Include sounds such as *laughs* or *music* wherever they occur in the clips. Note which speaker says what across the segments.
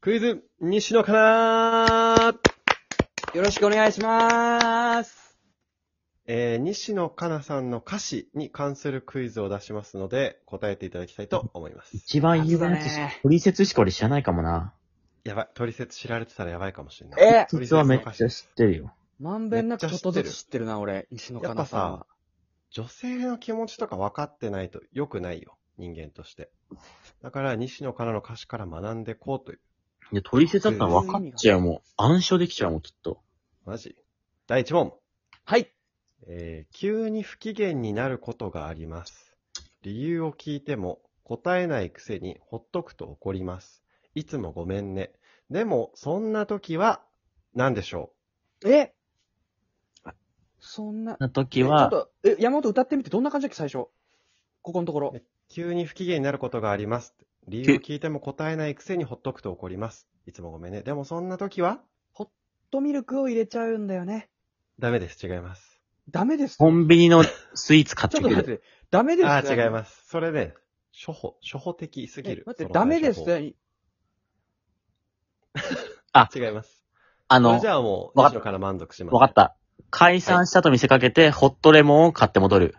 Speaker 1: クイズ、西野かな
Speaker 2: よろしくお願いしまーす。
Speaker 1: えー、西野かなさんの歌詞に関するクイズを出しますので、答えていただきたいと思います。
Speaker 3: 一番有名なや
Speaker 2: そう
Speaker 3: つ
Speaker 2: ね、
Speaker 3: トリセツしか俺知らないかもな。
Speaker 1: やばい、トリセツ知られてたらやばいかもしれない。
Speaker 2: え
Speaker 1: トリ
Speaker 3: 実
Speaker 1: セ
Speaker 3: は
Speaker 1: ツ
Speaker 3: め
Speaker 1: の
Speaker 3: っ
Speaker 1: 歌
Speaker 3: ち
Speaker 1: 詞
Speaker 3: ゃ。知ってるよ。
Speaker 2: まんべんなくちょっとず
Speaker 1: めっちゃ
Speaker 2: つ知ってるな、俺。西野
Speaker 1: や
Speaker 2: カ
Speaker 1: っぱ
Speaker 2: ナさん
Speaker 1: さ
Speaker 2: は。、
Speaker 1: 女性の気持ちとか分かってないと良くないよ、人間として。だから、西野かなの歌詞から学んでこうという。
Speaker 3: いや、トリセツだったら分かっちゃうもん。暗唱できちゃうもん、きっと。
Speaker 1: マジ第1問。
Speaker 2: はい。
Speaker 1: えー急に不機嫌になることがあります。理由を聞いても答えないくせにほっとくと怒ります。いつもごめんね。でも、そんな時は何でしょ
Speaker 2: えそんな。
Speaker 3: な
Speaker 2: え
Speaker 3: 時
Speaker 2: ちょっ
Speaker 3: は、
Speaker 2: と、え、山本歌ってみてどんな感じだっけ、最初。ここのところ。
Speaker 1: う急に不機嫌になることがあります。理由を聞いても答えないくせにほっとくと怒ります。いつもごめんね。でも、そんな時は
Speaker 2: ホットミルクを入れちゃうんだよね。
Speaker 1: ダメです。違います。
Speaker 2: ダメです。ちょ
Speaker 3: コンビニのスイーツ買っ
Speaker 2: っと
Speaker 3: てく
Speaker 2: 待っ
Speaker 3: る。
Speaker 2: て。ダメです。
Speaker 1: ああ、違い
Speaker 2: す。
Speaker 1: ます。それね、初歩、初歩的すぎ
Speaker 2: え
Speaker 1: る。
Speaker 2: 待っ
Speaker 1: そ
Speaker 2: て、
Speaker 1: の
Speaker 2: ダメで
Speaker 1: 対
Speaker 2: すっ
Speaker 1: 処法。
Speaker 2: て。
Speaker 1: 違います。
Speaker 3: あ
Speaker 1: それ
Speaker 3: の
Speaker 1: じ、ゃあもう、
Speaker 3: わかっ
Speaker 1: 西野から満足します。
Speaker 3: 分かっ。た。解散したと見せかけて、ホットレモンを買って戻る。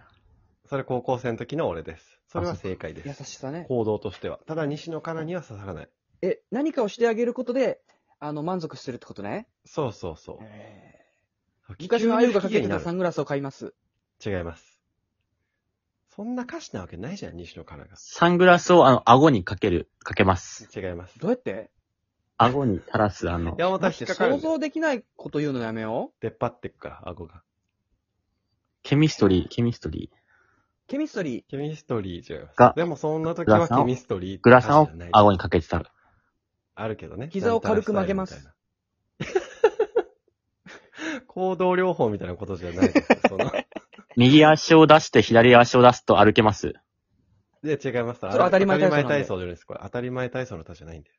Speaker 1: それ高校生の時の俺です。それは正解です
Speaker 2: 優。しさね。
Speaker 1: 行動としては。ただ、西野カナには刺さらない。
Speaker 2: え、何かをしてあげることで、あの、満足するってことね。
Speaker 1: そうそうそう。
Speaker 2: え昔
Speaker 1: 昔
Speaker 2: の
Speaker 1: の
Speaker 2: あ
Speaker 1: あ
Speaker 2: ゆ
Speaker 1: ゆ
Speaker 2: が
Speaker 1: が
Speaker 2: か
Speaker 1: か
Speaker 2: け
Speaker 1: け
Speaker 2: て
Speaker 1: て
Speaker 2: た
Speaker 1: た
Speaker 2: サングラスを買います。
Speaker 1: 違います。そんな歌詞なわけないじゃん、西野カナが。
Speaker 3: サングラスを、あの、顎にかける、かけます。
Speaker 1: 違います。
Speaker 2: どうやって
Speaker 3: 顎に垂らす、あの、
Speaker 1: 山本は
Speaker 2: だ
Speaker 1: 引
Speaker 2: っ
Speaker 1: ってかかる
Speaker 2: 想
Speaker 1: んだよ。
Speaker 2: 像できないこと言うのやめよう。
Speaker 1: 出っ張ってくから、顎が。
Speaker 3: ケミストリー、ケミストリー。
Speaker 2: ケミストリー。
Speaker 1: ケミストリー違いま
Speaker 3: が
Speaker 1: す。でも、そんな時
Speaker 3: グ
Speaker 1: は
Speaker 3: ラサ
Speaker 1: ケ
Speaker 3: ン
Speaker 1: ミストリーって
Speaker 3: グ
Speaker 1: 歌
Speaker 3: ラ
Speaker 1: 詞
Speaker 3: サンを
Speaker 1: じゃない
Speaker 3: 顎にかけてた。
Speaker 1: あるけどね。
Speaker 2: 膝を軽く曲げます
Speaker 1: なんたらスタイルみたいな。 *laughs* 行動療法みたいなことじゃないですよ。その
Speaker 3: 右足を出して、左足を出すと歩けます。
Speaker 1: で、違います。
Speaker 2: それ当たり前体操なんで
Speaker 1: 当たり前体操じゃないです。これ、当たり前体操の歌じゃないんで。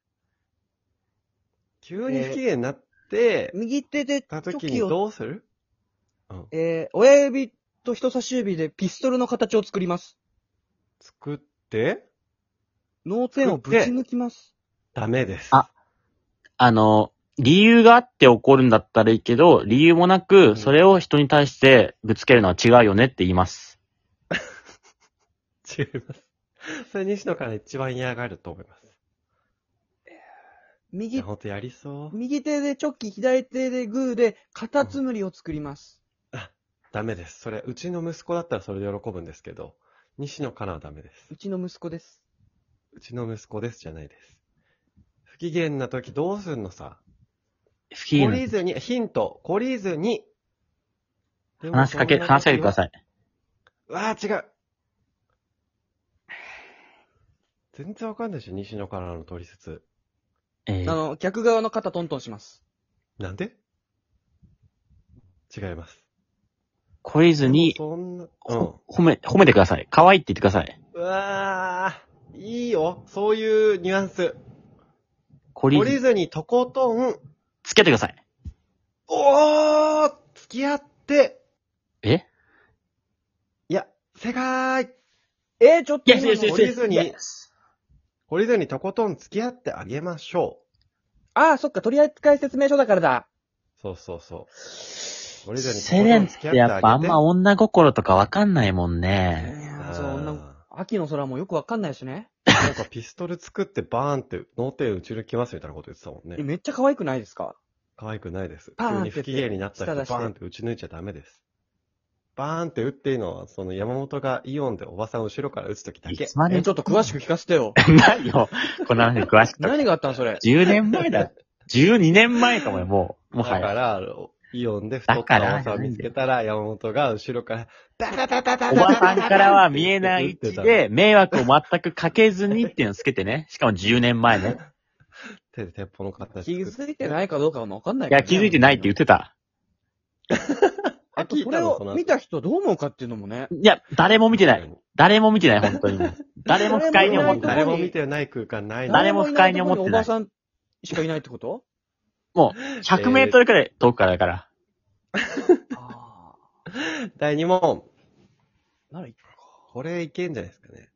Speaker 1: 急に不機嫌になって、
Speaker 2: 右手で
Speaker 1: た時にどうするうん。
Speaker 2: えー親指と人差し指でピストルの形を作ります。
Speaker 1: 作って、
Speaker 2: 脳天をぶち抜きます。
Speaker 1: ダメです。
Speaker 3: ああの、理由があって怒るんだったらいいけど、理由もな
Speaker 1: ん
Speaker 3: く、それを人に対してぶつけるのは違うよねって言います。
Speaker 1: 違います。それ西野から一番嫌がると思います。い
Speaker 2: 右
Speaker 1: や、、ほんとやりそう。
Speaker 2: 右手でチョキ、左手でグーでカタツムリを作ります。
Speaker 1: ダメです。それ、うちの息子だったらそれで喜ぶんですけど、西野からはダメです
Speaker 2: う。ちの息子です。
Speaker 1: うちの息子ですじゃないです。不機嫌な時どうすんのさ。
Speaker 3: 不機嫌
Speaker 1: 懲
Speaker 3: な
Speaker 1: りずに、ヒント、懲りずに。でも
Speaker 3: 話しかけ、
Speaker 1: そんな時は
Speaker 3: 話しかけてください。
Speaker 1: うわあ、違う。全然わかんないでしょ、西野からの取説。
Speaker 3: え
Speaker 2: あ
Speaker 3: ー、
Speaker 2: の、逆側の肩トントンします。
Speaker 1: なんで違います。
Speaker 3: 懲りずに、
Speaker 1: そんな、うん。
Speaker 3: ほ褒め、褒めてください。可愛いって言ってください。
Speaker 1: うわあ、いいよ。そういうニュアンス。
Speaker 3: 懲り
Speaker 1: 懲
Speaker 3: ず
Speaker 1: りずにとことん、
Speaker 3: つけてください。
Speaker 1: おー付き合って、
Speaker 3: え
Speaker 1: いや、世
Speaker 3: *laughs*
Speaker 1: 界
Speaker 2: えー、ちょっと
Speaker 3: イエ
Speaker 2: 今
Speaker 3: ス
Speaker 2: の
Speaker 3: イエスイエ
Speaker 1: 降
Speaker 3: ス
Speaker 1: りずに
Speaker 3: イエス
Speaker 1: 懲りずにとことん付き合ってあげましょう。
Speaker 2: ああ、そっか、取扱説明書だからだ。
Speaker 1: そうそうそう。懲りずにと
Speaker 3: セレンってやっぱあんま
Speaker 1: あ
Speaker 3: 女心とかわかんないもん
Speaker 2: い
Speaker 3: ね。
Speaker 2: やー
Speaker 1: ー
Speaker 2: そう、女、秋の空もよくわかんないしね。
Speaker 1: なんかピストル作ってバーンって脳天打ち抜きますみたいなこと言ってたもん
Speaker 2: え、
Speaker 1: ね。
Speaker 2: めっちゃ可愛くないですか
Speaker 1: 可愛くないです。
Speaker 2: バー
Speaker 1: 急
Speaker 2: ンって
Speaker 1: に不機嫌になった人
Speaker 2: 舌出
Speaker 1: バ
Speaker 2: して
Speaker 1: ーンって打ち抜いちゃダメです。バーンって打っていいのは、その山本がイオンでおばさん後ろから打つときだ
Speaker 3: い
Speaker 1: け。
Speaker 3: つま
Speaker 2: え
Speaker 3: で
Speaker 2: ー、ちょっと詳しく聞かせ
Speaker 1: *laughs*
Speaker 2: てよ。
Speaker 3: ないよ。この話詳しく。
Speaker 2: 何があったんそれ。
Speaker 3: 10年前だ。12年前かもよ、もう。も
Speaker 1: だ
Speaker 3: は
Speaker 1: か
Speaker 3: や。
Speaker 1: ら、イオンで太っ
Speaker 3: だか
Speaker 1: た
Speaker 3: ら
Speaker 1: おばさん見つけたら、山本が後ろから、ダダダダダ
Speaker 3: お
Speaker 1: ダ
Speaker 3: ば
Speaker 1: ダ
Speaker 3: さんからは見えない位
Speaker 1: 打って
Speaker 3: 置
Speaker 1: た
Speaker 3: で、 *laughs* 迷惑を全くかけずにっていうのをつけてね。しかも10年前 *laughs* ね。
Speaker 1: 手で鉄砲の形
Speaker 2: 気
Speaker 1: 作って。
Speaker 2: づいてないかどうかはわかんない
Speaker 3: いや、気づいてないって言ってた。
Speaker 2: あと、これを見た人どう思うかっていうのもね。
Speaker 3: いや、誰も見てない。誰も見てない、本当に。 *laughs* 誰も不快に思ってない
Speaker 1: 誰。も見てない空間ないの。
Speaker 3: 誰も不快に思ってない
Speaker 2: おばさんしかいないってこと
Speaker 3: 100メートルくらい遠くからだから。
Speaker 2: ああ。
Speaker 1: 第2問。
Speaker 2: ならいいか。
Speaker 1: これいけんじゃないですかね。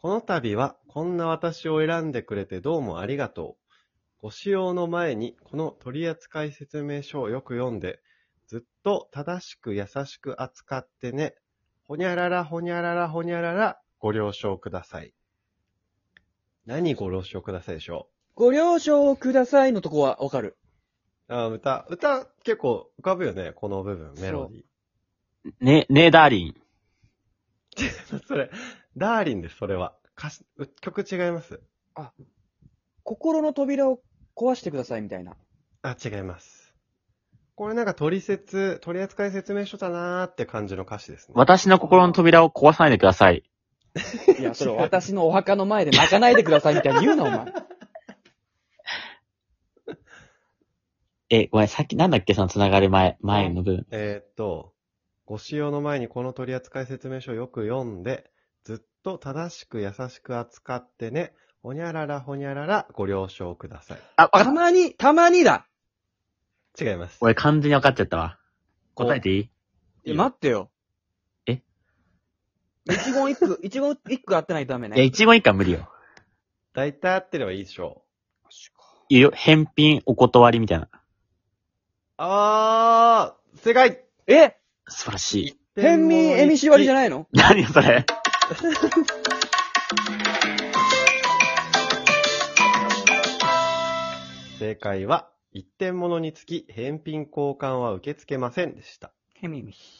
Speaker 1: この度は、こんな私を選んでくれてどうもありがとう。ご使用の前に、この取扱説明書をよく読んで、ずっと正しく優しく扱ってね。ほにゃらら、ほにゃらら、ほにゃらら、ご了承ください。何ご了承くださいでしょ
Speaker 2: ご了承くださいのとこはわかる。
Speaker 1: うあー歌、歌結構浮かぶよね、この部分、メロディ
Speaker 3: ね、ねえ、ダーリン。
Speaker 1: ー。 *laughs* それ、ダーリンです、それは。歌詞、う曲違います。
Speaker 2: 心の扉を壊してくださいみたいな。
Speaker 1: あ、違います。これなんか取説、取扱説明書だなーって感じの歌詞ですね。
Speaker 3: 私の心の扉を壊さないでください。
Speaker 2: いや、それ私のお墓の前で泣かないでくださいみたいに言うな、お前。
Speaker 3: え、ごめん、さっきなんだっけその繋がる前、前の部分。
Speaker 1: えーっと、ご使用の前にこの取扱説明書をよく読んで、ずっと正しく優しく扱ってね、ほにゃららほにゃららご了承ください。
Speaker 3: あ、わかった
Speaker 2: た。まに、たまにだ
Speaker 1: 違います。
Speaker 3: 俺完全に分かっちゃったわ。答えていい
Speaker 2: いや、待ってよ。
Speaker 3: え
Speaker 2: 一言一句、一言一句合ってないとダメ
Speaker 3: いや、
Speaker 2: ね。
Speaker 3: 一問一回は無理よ。
Speaker 1: 大体合ってればいいでしょ
Speaker 3: いいよ、返品お断りみたいな。
Speaker 1: う。あー、正解
Speaker 2: え
Speaker 3: 素晴らしい。
Speaker 2: 天民エミシ割りじゃないの
Speaker 3: 何よそれ。
Speaker 1: 正解は、一点物につき返品交換は受け付けませんでした。
Speaker 2: 天民エミシ。